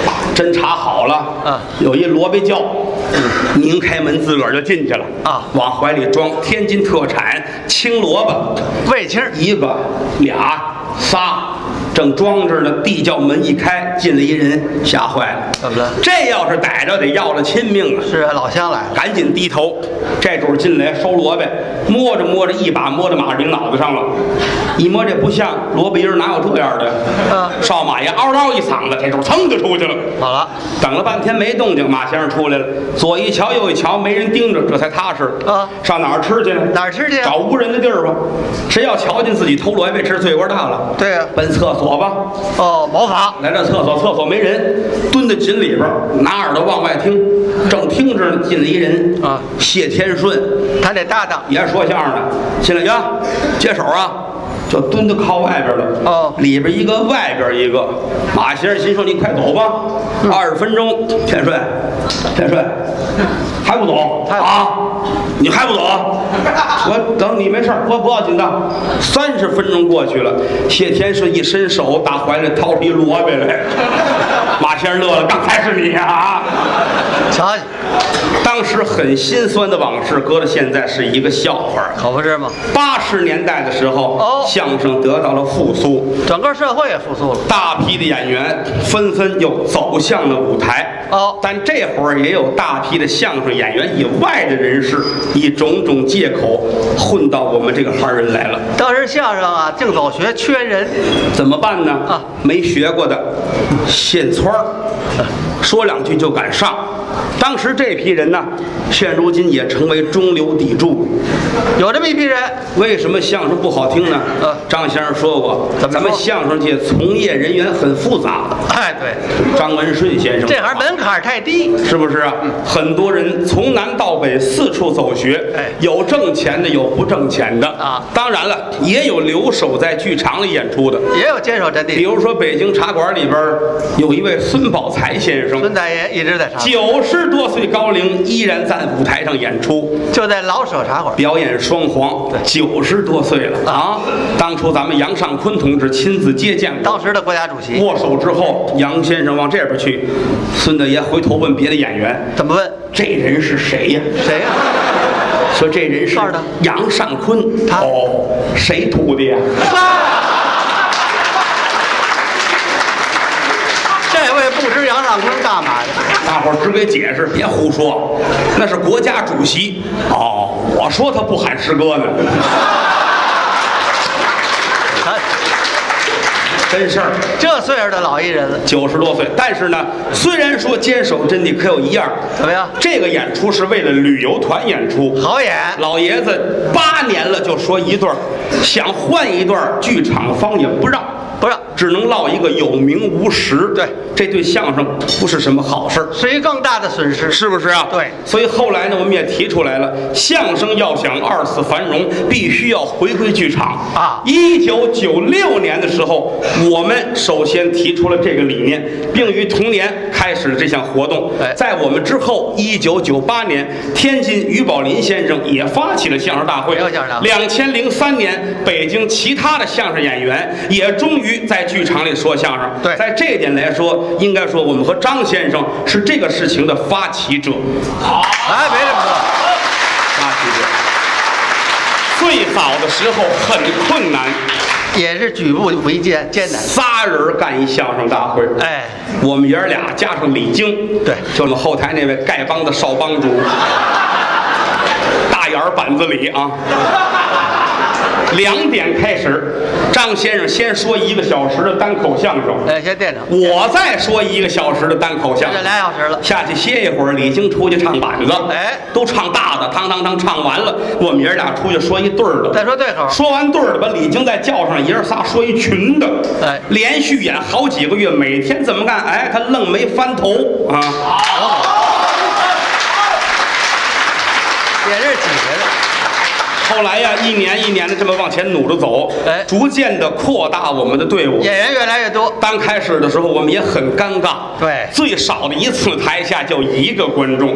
Speaker 2: 啊侦查好了，
Speaker 3: 嗯
Speaker 2: 有一萝卜窖，拧开门自个儿就进去了
Speaker 3: 啊
Speaker 2: 往怀里装天津特产青萝卜，
Speaker 3: 卫青儿
Speaker 2: 一个俩仨，正装着呢，地窖门一开，进来一人，吓坏了，
Speaker 3: 怎么了
Speaker 2: 这要是逮着得要了亲命啊！
Speaker 3: 是啊老乡来了，
Speaker 2: 赶紧低头，这主儿进来收萝卜，摸着摸着，一把摸到马志明脑袋上了，一摸这不像萝卜缨儿，哪有这样的？
Speaker 3: 嗯
Speaker 2: 少马爷嗷嗷一嗓子，这主儿噌就出去了。
Speaker 3: 好了，
Speaker 2: 等了半天没动静，马先生出来了，左一瞧右一瞧，没人盯着，这才踏实。
Speaker 3: 啊
Speaker 2: 上哪儿吃去？
Speaker 3: 哪儿吃去啊
Speaker 2: 找无人的地儿吧。谁要瞧见自己偷萝卜吃，罪过大了。
Speaker 3: 对啊
Speaker 2: 奔厕所吧。
Speaker 3: 哦，毛发
Speaker 2: 来到厕所，厕所没人，蹲在井里边儿，拿耳朵往外听，正听着呢，进来一人
Speaker 3: 啊
Speaker 2: 谢天顺，
Speaker 3: 他得搭档，
Speaker 2: 也是说相声的，进来呀，接手啊，就蹲到靠外边了。
Speaker 3: 哦
Speaker 2: 里边一个，外边一个。马先生心说：“你快走吧，二十分钟。”天顺，天顺，还不走
Speaker 3: 还
Speaker 2: 啊？你还不走啊？我等你没事儿，我不要紧的。三十分钟过去了，谢天顺一伸手，打怀里掏出一萝卜来。马先生乐了，刚才是你啊！
Speaker 3: 瞧瞧，
Speaker 2: 当时很心酸的往事，搁到现在是一个笑话儿。
Speaker 3: 可不是吗？
Speaker 2: 八十年代的时候，
Speaker 3: 哦
Speaker 2: 相声得到了复苏，
Speaker 3: 整个社会也复苏了，
Speaker 2: 大批的演员纷纷又走向了舞台。
Speaker 3: 哦
Speaker 2: 但这会儿也有大批的相声演员以外的人士，以种种借口混到我们这个行儿人来了。
Speaker 3: 当时相声啊，净走学，缺人，
Speaker 2: 怎么办呢？
Speaker 3: 啊，
Speaker 2: 没学过的现村儿，说两句就敢上。当时这批人呢，现如今也成为中流砥柱。
Speaker 3: 有这么一批人， *clears throat*
Speaker 2: 为什么相声不好听呢？
Speaker 3: 嗯
Speaker 2: 张先生说过，
Speaker 3: 怎么说
Speaker 2: 咱们相声界从业人员很复杂的。
Speaker 3: 哎，对，
Speaker 2: 张文顺先生，
Speaker 3: 这行门槛儿嗯太低，
Speaker 2: 是不是啊？很多人从南到北四处走学，
Speaker 3: 哎
Speaker 2: 有挣钱的，有不挣钱的
Speaker 3: 啊。
Speaker 2: 当然了，也有留守在剧场里演出的。
Speaker 3: 也有坚守阵
Speaker 2: 比
Speaker 3: 地。
Speaker 2: 如说，北京茶馆里边儿有一位孙宝才先生，
Speaker 3: 孙大爷一直在茶，
Speaker 2: 九十多岁高龄，依然在舞台上演出。
Speaker 3: 就在老舍茶馆，
Speaker 2: 表演双簧，九十多岁了啊！当初咱们杨尚昆同志亲自接见过，
Speaker 3: 当时的国家主席
Speaker 2: 握手之后，杨先生往这边去，孙大爷回头问别的演员
Speaker 3: 怎么问：“
Speaker 2: 这人是谁呀、
Speaker 3: 谁呀、
Speaker 2: 说这人是
Speaker 3: 告诉他
Speaker 2: 杨尚昆，
Speaker 3: 他
Speaker 2: 哦，谁徒
Speaker 3: *laughs*
Speaker 2: 弟呀、
Speaker 3: 这位不知杨尚昆干嘛的？
Speaker 2: 大伙儿只给解释，别胡说，那是国家主席。哦，我说他不喊师哥呢，
Speaker 3: 他
Speaker 2: 真事儿。
Speaker 3: 哎这岁数的老艺人了，
Speaker 2: 九十多岁，但是呢，虽然说坚守阵地，可有一样，
Speaker 3: 怎么样
Speaker 2: 这个演出是为了旅游团演出。
Speaker 3: 好演
Speaker 2: 老爷子八年了就说一段儿，想换一段儿，剧场方也不让，
Speaker 3: 不是，
Speaker 2: 只能落一个有名无实。
Speaker 3: 对，
Speaker 2: 这对相声不是什么好事儿。
Speaker 3: 是一更大的损失。
Speaker 2: 是不是啊？
Speaker 3: 对
Speaker 2: 所以后来呢，我们也提出来了，相声要想二次繁荣，必须要回归剧场
Speaker 3: 啊
Speaker 2: 一九九六年的时候，我们首先提出了这个理念，并于同年开始了这项活动。
Speaker 3: 哎
Speaker 2: 在我们之后，一九九八年，天津于宝林先生也发起了相声大会。
Speaker 3: 也有相声大会
Speaker 2: 两千零三年，北京其他的相声演员也终于在剧场里说相声。
Speaker 3: 对
Speaker 2: 在这一点来说，应该说我们和张先生是这个事情的发起者，
Speaker 3: 哎，没这么说，
Speaker 2: 发起者。最早的时候很困难，
Speaker 3: 也是举步维艰，艰难。
Speaker 2: 仨人干一相声大会。
Speaker 3: 哎，
Speaker 2: 我们爷儿俩加上李菁，
Speaker 3: 对
Speaker 2: 就我们后台那位丐帮的少帮主，大眼儿板子里啊。两点开始，张先生先说一个小时的单口相声，
Speaker 3: 哎，先垫着，
Speaker 2: 我再说一个小时的单口相
Speaker 3: 这
Speaker 2: 声。
Speaker 3: 俩小时了，
Speaker 2: 下去歇一会儿，李菁出去唱板子，
Speaker 3: 哎
Speaker 2: 都唱大的，当当当唱完了，我们爷儿俩出去说一对儿的，
Speaker 3: 再说对口，
Speaker 2: 说完对儿的，把李菁再叫上，爷儿仨说一群的，
Speaker 3: 哎
Speaker 2: 连续演好几个月，每天这么干，哎，他愣没翻头啊！
Speaker 3: 也是挤来的。
Speaker 2: 后来呀，一年一年的这么往前努着走，
Speaker 3: 哎
Speaker 2: 逐渐的扩大我们的队伍。
Speaker 3: 演员越来越多，
Speaker 2: 刚开始的时候，我们也很尴尬。
Speaker 3: 对
Speaker 2: 最少的一次台下就一个观众，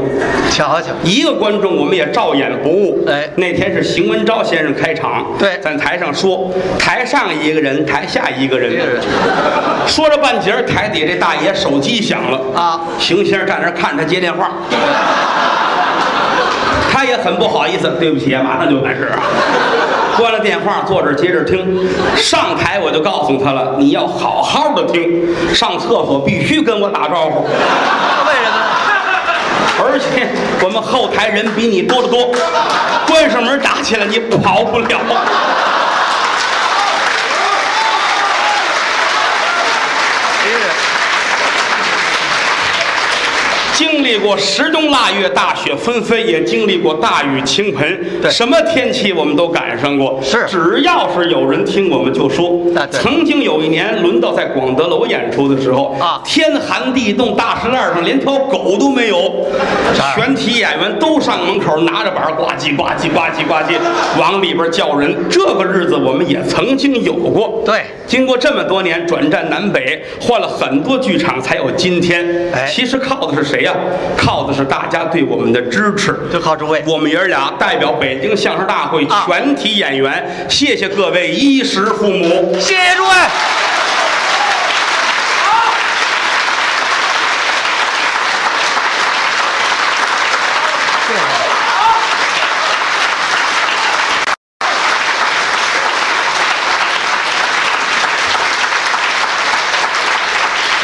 Speaker 3: 瞧瞧，
Speaker 2: 一个观众我们也照演不误。
Speaker 3: 哎
Speaker 2: 那天是邢文昭先生开场，
Speaker 3: 对
Speaker 2: 在台上说，台上一个人，台下一个
Speaker 3: 一个
Speaker 2: 人啊
Speaker 3: 人，
Speaker 2: 说着半截儿，台底这大爷手机响了
Speaker 3: 啊
Speaker 2: 邢先生站那儿看着他接电话，他也很不好意思，对不起啊，马上就完事儿啊。关了电话，坐这儿接着听。上台我就告诉他了，你要好好的听，上厕所必须跟我打招呼。
Speaker 3: 为什么？
Speaker 2: 而且我们后台人比你多得多，关上门打起来你跑不了。
Speaker 3: 是
Speaker 2: 经历过十冬腊月、大雪纷飞，也经历过大雨倾盆，
Speaker 3: 对
Speaker 2: 什么天气我们都赶上过。
Speaker 3: 是
Speaker 2: 只要是有人听我们就说
Speaker 3: 啊。对
Speaker 2: 曾经有一年，轮到在广德楼演出的时候
Speaker 3: 啊
Speaker 2: 天寒地冻，大石烂上连条狗都没有，
Speaker 3: 这
Speaker 2: 全体演员都上门口拿着板儿呱唧呱唧呱唧呱唧往里边叫人。这个日子我们也曾经有过。
Speaker 3: 对
Speaker 2: 经过这么多年转战南北，换了很多剧场，才有今天。
Speaker 3: 哎
Speaker 2: 其实靠的是谁呀、靠的是大家对我们的支持。
Speaker 3: 就靠诸位，
Speaker 2: 我们爷儿俩代表北京相声大会
Speaker 3: 啊
Speaker 2: 全体演员，谢谢各位衣食父母。
Speaker 3: 谢谢诸位。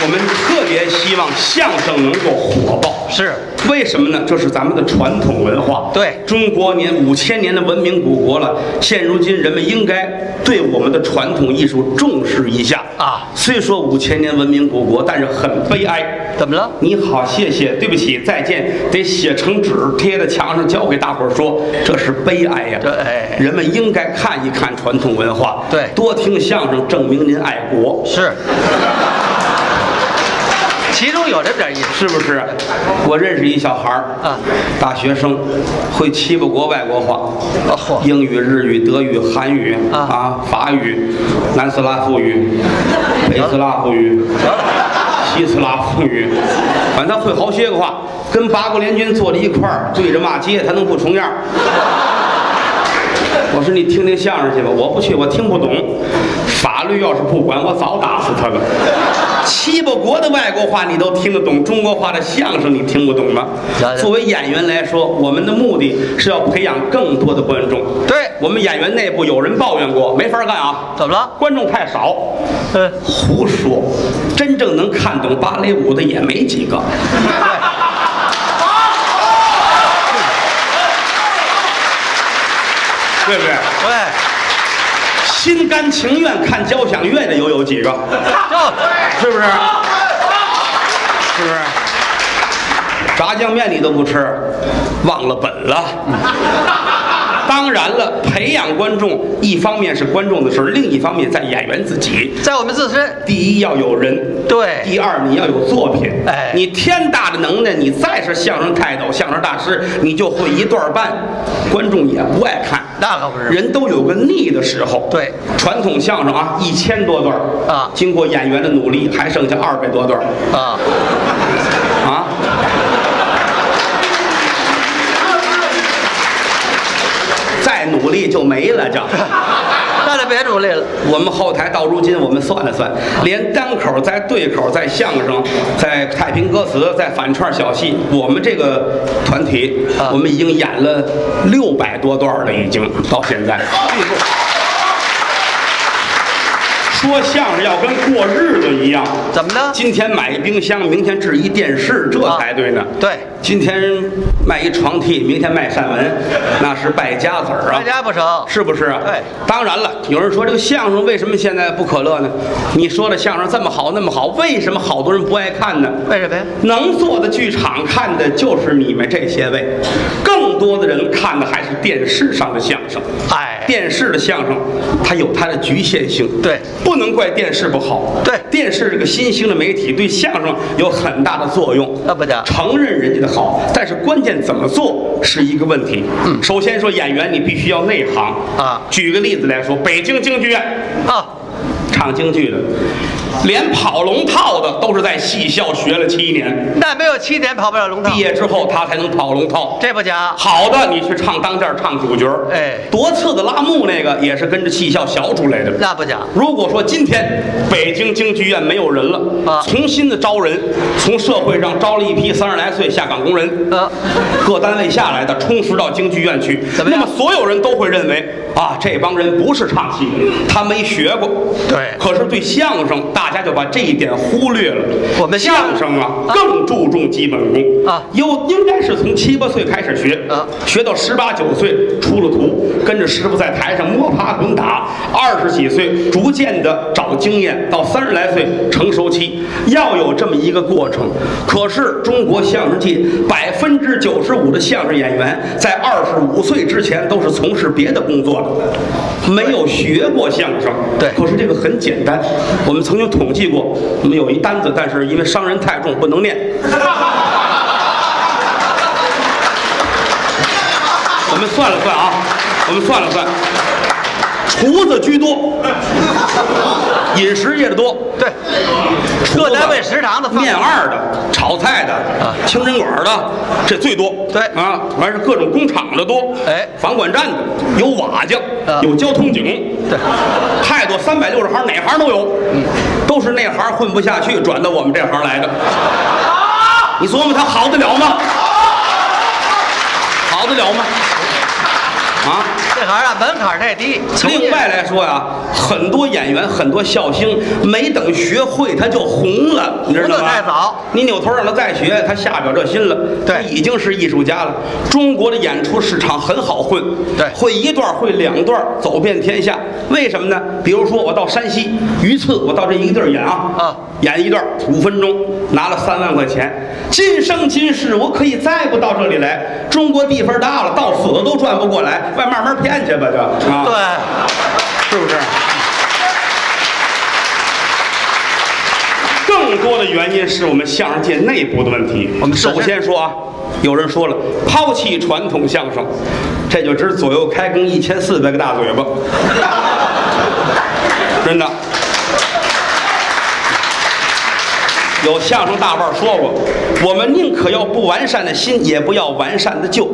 Speaker 2: 我们特别希望相声能够火爆。
Speaker 3: 是
Speaker 2: 为什么呢？这是咱们的传统文化。
Speaker 3: 对
Speaker 2: 中国年五千年的文明古国了，现如今人们应该对我们的传统艺术重视一下
Speaker 3: 啊
Speaker 2: 虽说五千年文明古国，但是很悲哀。
Speaker 3: 怎么了？
Speaker 2: 你好，谢谢，对不起，再见，得写成纸贴在墙上，交给大伙儿说，这是悲哀呀、
Speaker 3: 这哎
Speaker 2: 人们应该看一看传统文化，
Speaker 3: 对
Speaker 2: 多听相声，证明您爱国。
Speaker 3: 是，其中有这么点意思。
Speaker 2: 是不是？我认识一小孩儿，
Speaker 3: 啊
Speaker 2: 大学生，会七八国外国话，
Speaker 3: 哦嚯
Speaker 2: 英语、日语、德语、韩语
Speaker 3: 啊
Speaker 2: 法语、南斯拉夫语、北斯拉夫语、西斯拉夫语，反正他会好些个话。跟八国联军坐在一块儿，对着骂街，他能不重样儿？ *laughs* 我说你听听相声去吧，我不去，我听不懂。法律要是不管，我早打死他了。七八国的外国话你都听得懂，中国话的相声你听不懂吗
Speaker 3: 了？解
Speaker 2: 作为演员来说，我们的目的是要培养更多的观众。
Speaker 3: 对
Speaker 2: 我们演员内部有人抱怨过，没法干啊，
Speaker 3: 怎么了？
Speaker 2: 观众太少。
Speaker 3: 嗯，
Speaker 2: 胡说，真正能看懂芭蕾舞的也没几个。对不对？
Speaker 3: 对，
Speaker 2: 心甘情愿看交响乐的又有几个？
Speaker 3: 就是
Speaker 2: 不是？是不是？炸酱面你都不吃，忘了本了。当然了，培养观众，一方面是观众的事儿，另一方面在演员自己。
Speaker 3: 在我们自身。
Speaker 2: 第一要有人，
Speaker 3: 对
Speaker 2: 第二你要有作品。
Speaker 3: 哎
Speaker 2: 你天大的能耐，你再是相声泰斗、相声大师，你就会一段半，观众也不爱看。
Speaker 3: 那可不是
Speaker 2: 人都有个腻的时候。
Speaker 3: 对，
Speaker 2: 传统相声啊，一千多段儿
Speaker 3: 啊
Speaker 2: 经过演员的努力，还剩下二百多段儿
Speaker 3: 啊， *laughs*
Speaker 2: 啊。再努力就没了，就。
Speaker 3: 那就别努力了。
Speaker 2: 我们后台到如今，我们算了算，连单口、在对口、在相声、在太平歌词、在反串小戏，我们这个团体，
Speaker 3: 啊
Speaker 2: 我们已经演了六百多段了，已经到现在。说相声要跟过日子一样，
Speaker 3: 怎么呢？
Speaker 2: 今天买一冰箱，明天置一电视，这
Speaker 3: 啊
Speaker 2: 才对呢。
Speaker 3: 对
Speaker 2: 今天卖一床屉，明天卖扇门，那是败家子儿啊！
Speaker 3: 败家不成。
Speaker 2: 是不是啊？
Speaker 3: 哦对，
Speaker 2: 当然了，有人说这个相声为什么现在不可乐呢？你说的相声这么好那么好，为什么好多人不爱看呢？
Speaker 3: 为什么呀？
Speaker 2: 能坐在剧场看的就是你们这些位，更多的人看的还是电视上的相声。
Speaker 3: 哎，
Speaker 2: 电视的相声，它有它的局限性，
Speaker 3: 对
Speaker 2: 不不能怪电视不好。
Speaker 3: 对
Speaker 2: 电视这个新兴的媒体对相声有很大的作用。
Speaker 3: 那不得
Speaker 2: 承认人家的好，但是关键怎么做是一个问题。嗯，首先说演员，你必须要内行
Speaker 3: 啊
Speaker 2: 举个例子来说，北京京剧院
Speaker 3: 啊，
Speaker 2: 唱京剧的，连跑龙套的都是在戏校学了七年，
Speaker 3: 那没有七点跑不了龙套
Speaker 2: 毕，业之后他才能跑龙套。
Speaker 3: 这不假。
Speaker 2: 好的，你去唱当间儿唱主角儿，
Speaker 3: 哎
Speaker 2: 多次的拉幕那个也是跟着戏校学出来的。
Speaker 3: 那不假，
Speaker 2: 如果说今天北京京剧院没有人了，
Speaker 3: 啊
Speaker 2: 重新的招人，从社会上招了一批三十来岁下岗工人，
Speaker 3: 啊
Speaker 2: 各单位下来的充实到京剧院去，
Speaker 3: 怎么
Speaker 2: 那
Speaker 3: 样
Speaker 2: 么所有人都会认为啊，这帮人不是唱戏的，他没学过。
Speaker 3: 嗯对
Speaker 2: 可是对相声，大家就把这一点忽略了。
Speaker 3: 我们相
Speaker 2: 相声啊，更注重基本功
Speaker 3: 啊
Speaker 2: 有应该是从七八岁开始学
Speaker 3: 啊
Speaker 2: 学到十八九岁出了徒，跟着师傅在台上摸爬滚打，二十几岁逐渐的找经验，到三十来岁成熟期，要有这么一个过程。可是中国相声界百分之九十五的相声演员在二十五岁之前都是从事别的工作的，没有学过相声。
Speaker 3: 对
Speaker 2: 可是这个很简单，我们曾经统计过，我们有一单子，但是因为伤人太重不能念。我们算了算啊，我们算了算，厨子居多，饮食业的多，
Speaker 3: 对，
Speaker 2: 厨
Speaker 3: 各
Speaker 2: 子
Speaker 3: 单位食堂的饭啊
Speaker 2: 面二的、炒菜的、清真馆的，这最多。
Speaker 3: 对
Speaker 2: 啊，完事各种工厂的多，
Speaker 3: 哎
Speaker 2: 房管站的有瓦匠，
Speaker 3: 啊
Speaker 2: 有交通警，
Speaker 3: 对，
Speaker 2: 太多三百六十行，哪行都有，都是那行混不下去，转到我们这行来的。你琢磨他好得了吗？好得了吗？啊！
Speaker 3: 这行啊门槛太低。从业
Speaker 2: 另外来说呀、很多演员、很多笑星没等学会他就红了，你知道
Speaker 3: 红
Speaker 2: 吗？
Speaker 3: 得太早
Speaker 2: 你扭头让他再学，他下不了这心了。
Speaker 3: 对
Speaker 2: 他已经是艺术家了。中国的演出市场很好混，
Speaker 3: 对
Speaker 2: 会一段儿会两段儿，走遍天下。为什么呢？比如说我到山西榆次，我到这一个地儿演啊，
Speaker 3: 啊
Speaker 2: 演一段儿五分钟，拿了三万块钱。今生今世，我可以再不到这里来。中国地方大了，到死都转不过来，外慢慢骗去吧，就啊。
Speaker 3: 对，
Speaker 2: 是不是？更多的原因是我们相声界内部的问题。
Speaker 3: 我们是
Speaker 2: 首先说啊，有人说了，抛弃传统相声，这就值左右开弓一千四百个大嘴巴， *laughs* 真的。有相声大腕儿说过，我们宁可要不完善的新，也不要完善的旧。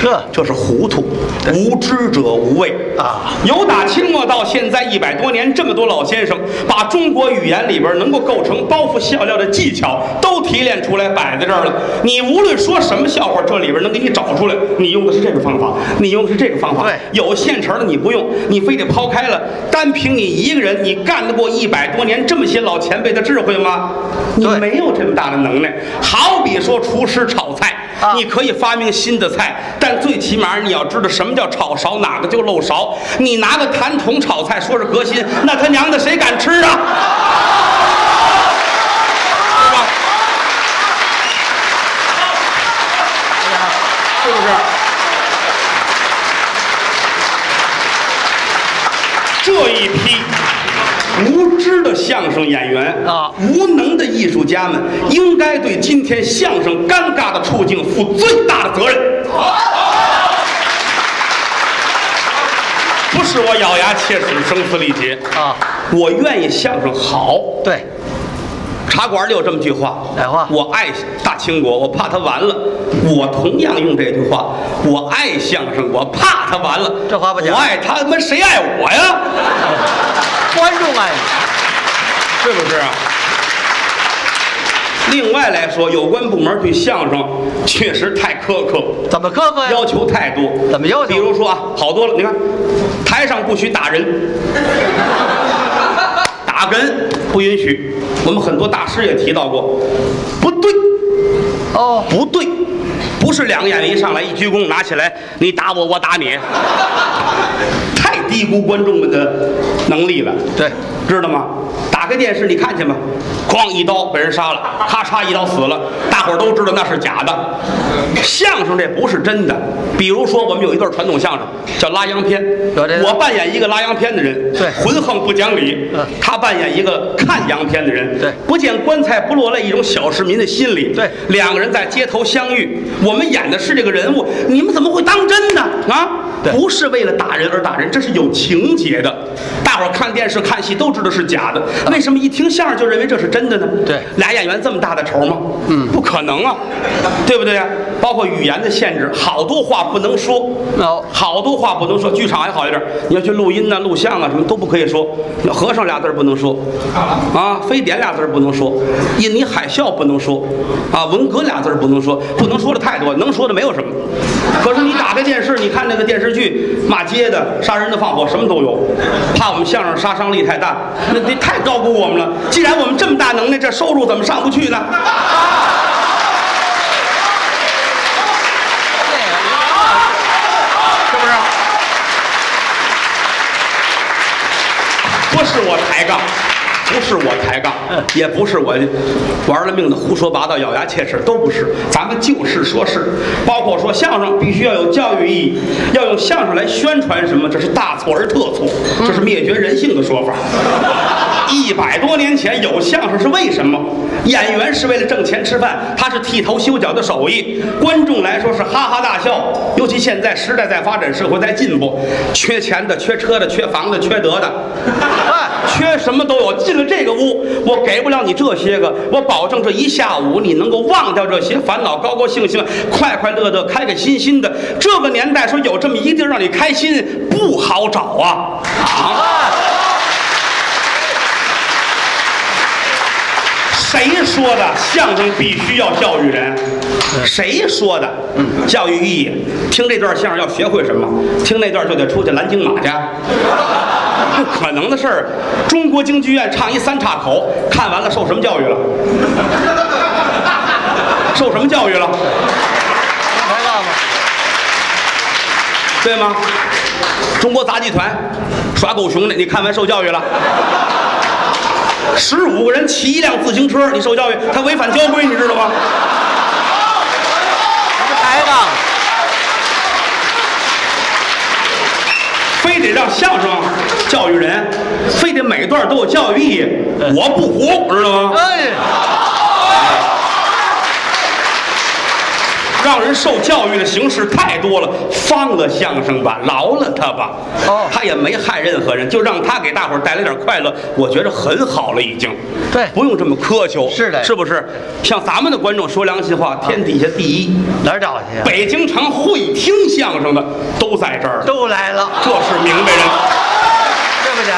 Speaker 3: 呵，
Speaker 2: 这是糊涂，无知者无畏
Speaker 3: 啊！
Speaker 2: 由打清末到现在一百多年，这么多老先生把中国语言里边能够构成包袱笑料的技巧都提炼出来，摆在这儿了。你无论说什么笑话，这里边能给你找出来。你用的是这个方法，你用的是这个方法。
Speaker 3: 对
Speaker 2: 有现成的你不用，你非得抛开了。单凭你一个人，你干得过一百多年这么些老前辈的智慧吗？你
Speaker 3: 对
Speaker 2: 没有这么大的能耐。好比说厨师炒菜，
Speaker 3: 啊
Speaker 2: 你可以发明新的菜，但最起码你要知道什么叫炒勺，哪个就漏勺。你拿个痰桶炒菜，说是革新，那他娘的谁敢吃啊？是吧？是不是？这一批无知的相声演员
Speaker 3: 啊
Speaker 2: 无能的艺术家们，应该对今天相声尴尬的处境负最大的责任。不是我咬牙切齿、声嘶力竭
Speaker 3: 啊，
Speaker 2: 我愿意相声好。
Speaker 3: 对，
Speaker 2: 茶馆里有这么句话，
Speaker 3: 哪话
Speaker 2: 我爱大清国，我怕它完了。我同样用这句话，我爱相声，我怕它完了。
Speaker 3: 这话不假
Speaker 2: 我爱他他妈谁爱我呀？
Speaker 3: 观众哎，
Speaker 2: 是不是啊？另外来说，有关部门对相声确实太苛刻，
Speaker 3: 怎么苛刻
Speaker 2: 要
Speaker 3: 呀？
Speaker 2: 求太多。
Speaker 3: 啊怎么要求
Speaker 2: 比如说啊，好多了，你看，台上不许打人，打人不允许。我们很多大师也提到过，不对，
Speaker 3: 哦，
Speaker 2: 不对，不是两个演员一上来一鞠躬拿起来，你打我，我打你，太低估观众们的能力了。
Speaker 3: 对，
Speaker 2: 知道吗？打个开电视你看去吧，哐一刀被人杀了，咔嚓一刀死了，大伙儿都知道那是假的。相声这不是真的。比如说，我们有一段传统相声叫拉洋片，
Speaker 3: 有这个
Speaker 2: 我扮演一个拉洋片的人，
Speaker 3: 对
Speaker 2: 浑横不讲理
Speaker 3: 嗯；
Speaker 2: 他扮演一个看洋片的人，
Speaker 3: 对
Speaker 2: 不见棺材不落泪，一种小市民的心理。
Speaker 3: 对
Speaker 2: 两个人在街头相遇，我们演的是这个人物，你们怎么会当真呢？啊，
Speaker 3: 对
Speaker 2: 不是为了打人而打人，这是有情节的。大伙儿看电视、看戏都知道是假的，为什么一听相声就认为这是真的呢？
Speaker 3: 对
Speaker 2: 俩演员这么大的仇吗？嗯，不可能啊，对不对呀、包括语言的限制，好多话不能说。
Speaker 3: 哦
Speaker 2: 好多话不能说，剧场还好一点儿，你要去录音呐、录像啊，什么都不可以说。和尚俩字儿不能说，啊，非典俩字儿不能说，印尼海啸不能说，啊，文革俩字儿不能说，不能说的太多，能说的没有什么。可是你打开电视，你看那个电视剧，骂街的、杀人的、放火，什么都有。怕我们相声杀伤力太大，那那太高估我们了。既然我们这么大能耐，这收入怎么上不去呢？
Speaker 3: 是不
Speaker 2: 不
Speaker 3: 是？
Speaker 2: 是我抬杠，不是我抬杠，也不是我玩了命的胡说八道、咬牙切齿，都不是。咱们就事说事，包括说相声必须要有教育意义，要用相声来宣传什么，这是大错而特错，这是灭绝人性的说法。一百多年前有相声是为什么？演员是为了挣钱吃饭，他是剃头修脚的手艺；观众来说是哈哈大笑。尤其现在时代在发展，社会在进步，缺钱的、缺车的、缺房的、缺德的， *laughs* 哎，缺什么都有。进了这个屋，我给不了你这些个，我保证这一下午你能够忘掉这些烦恼，高高兴兴、快快乐乐、开开心心的。这个年代说有这么一地儿让你开心，不好找啊！啊。谁说的相声必须要教育人？谁说的？教育意义。听这段相声要学会什么？听那段就得出去拦京马去。不 *laughs* 可能的事儿！中国京剧院唱一三岔口，看完了受什么教育了？ *laughs* 受什么教育了？
Speaker 3: 能抬杠吗？
Speaker 2: 对吗？中国杂技团耍狗熊的，你看完受教育了？十五个人骑一辆自行车，你受教育，他违反交规，你知道吗？
Speaker 3: 不抬杠。
Speaker 2: 非得让相声教育人，非得每段都有教育意义，
Speaker 3: 嗯
Speaker 2: 我不服，知道吗？
Speaker 3: 哎，
Speaker 2: 让人受教育的形式太多了，放了相声吧，饶了他吧。
Speaker 3: 哦
Speaker 2: 他也没害任何人，就让他给大伙儿带来点快乐，我觉得很好了，已经。
Speaker 3: 对
Speaker 2: 不用这么苛求。
Speaker 3: 是的
Speaker 2: 是不是？像咱们的观众说良心话，天底下第一，
Speaker 3: 哪儿找去呀？
Speaker 2: 北京城会听相声的都在这儿，
Speaker 3: 都来了，
Speaker 2: 这是明白人，
Speaker 3: 对不对？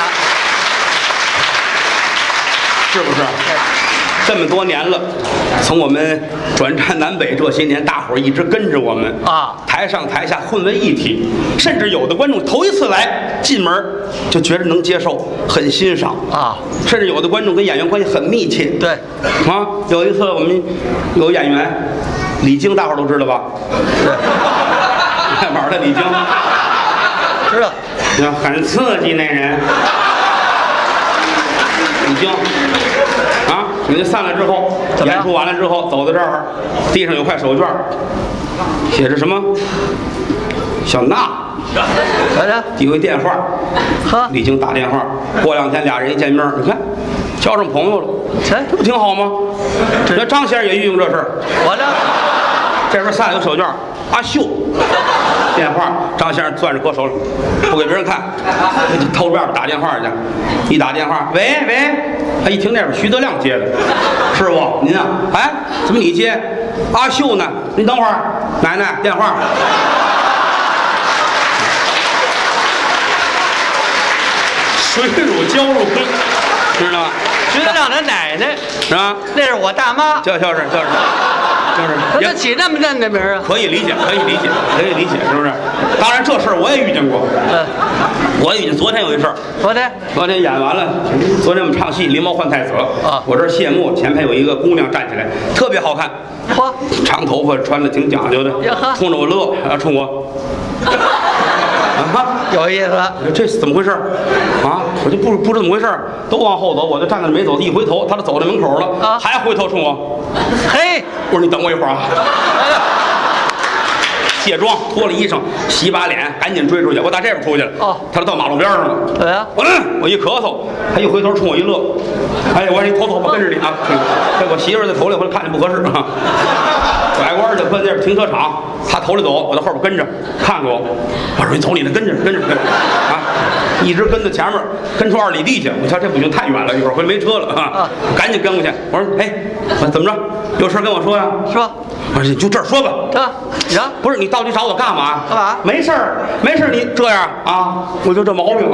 Speaker 2: 是不是？这么多年了，从我们转战南北这些年，大伙儿一直跟着我们
Speaker 3: 啊
Speaker 2: 台上台下混为一体，甚至有的观众头一次来进门儿就觉着能接受，很欣赏
Speaker 3: 啊，
Speaker 2: 甚至有的观众跟演员关系很密切，
Speaker 3: 对
Speaker 2: 啊，有一次我们有演员李菁，大伙儿都知道吧？对， *laughs* 玩的李菁，
Speaker 3: 知道。
Speaker 2: 你看很刺激那人，李菁。啊，人家散了之后，
Speaker 3: 怎么样
Speaker 2: 演出完了之后，走到这儿，地上有块手绢儿，写着什么？小娜
Speaker 3: 来来，
Speaker 2: 递回电话，
Speaker 3: 呵，
Speaker 2: 李菁打电话，过两天俩人一见面儿，你看交上朋友了，
Speaker 3: 谁？
Speaker 2: 这不挺好吗？这张先生也运用这事儿，
Speaker 3: 我这
Speaker 2: 这边散了有手绢儿，阿秀，电话，张先生攥着搁手里，不给别人看，就偷着外边打电话去。一打电话，喂喂，他一听那边徐德亮接的，师傅您啊，哎，怎么你接？阿秀呢？您等会儿，奶奶电话。 *laughs* 水乳交融，知道吗？
Speaker 3: 徐德亮他奶奶，
Speaker 2: 是吧？
Speaker 3: 那是我大妈，
Speaker 2: 就就是就是就是，
Speaker 3: 他
Speaker 2: 也
Speaker 3: 就起那么嫩的名儿啊？
Speaker 2: 可以理解，可以理解，可以理解，是不是？当然，这事儿我也遇见过，
Speaker 3: 嗯，
Speaker 2: 我也遇见。昨天有一事儿，
Speaker 3: 昨天
Speaker 2: 昨天演完了，昨天我们唱戏《狸猫换太子》
Speaker 3: 啊
Speaker 2: 我这儿谢幕，前排有一个姑娘站起来，特别好看，
Speaker 3: 嚯，
Speaker 2: 长头发，穿的挺讲究的
Speaker 3: 呀呵，
Speaker 2: 冲着我乐，啊，冲我，啊哈，
Speaker 3: 有意思。
Speaker 2: 这是怎么回事儿啊？我就不不知怎么回事儿，都往后走，我就站那儿没走，一回头，他就走到门口了，
Speaker 3: 啊
Speaker 2: 还回头冲我，
Speaker 3: 嘿，
Speaker 2: 我说你等我一会儿啊。卸妆，脱了衣裳，洗把脸，赶紧追出去。我打这边出去了。
Speaker 3: 哦
Speaker 2: 他都到马路边上了。
Speaker 3: 怎么样？
Speaker 2: 嗯，我一咳嗽，他一回头冲我一乐，哎，我说你头走吧，跟着你啊。这我媳妇儿在头里，我看着不合适啊。拐弯儿就奔那儿停车场，他头里走，我在后边跟着，看着我，我说你走你的，跟着跟着跟着啊，一直跟到前面，跟出二里地去。我瞧这不行，太远了，一会儿回没车了啊
Speaker 3: 啊，
Speaker 2: 赶紧跟过去。我说哎，我怎么着？有事儿跟我说呀、
Speaker 3: 是吧？
Speaker 2: 我说你就这儿说吧。
Speaker 3: 啊，你啊，
Speaker 2: 不是你到底找我干嘛？
Speaker 3: 干嘛
Speaker 2: 没事儿，没事儿，你这样啊，我就这毛病。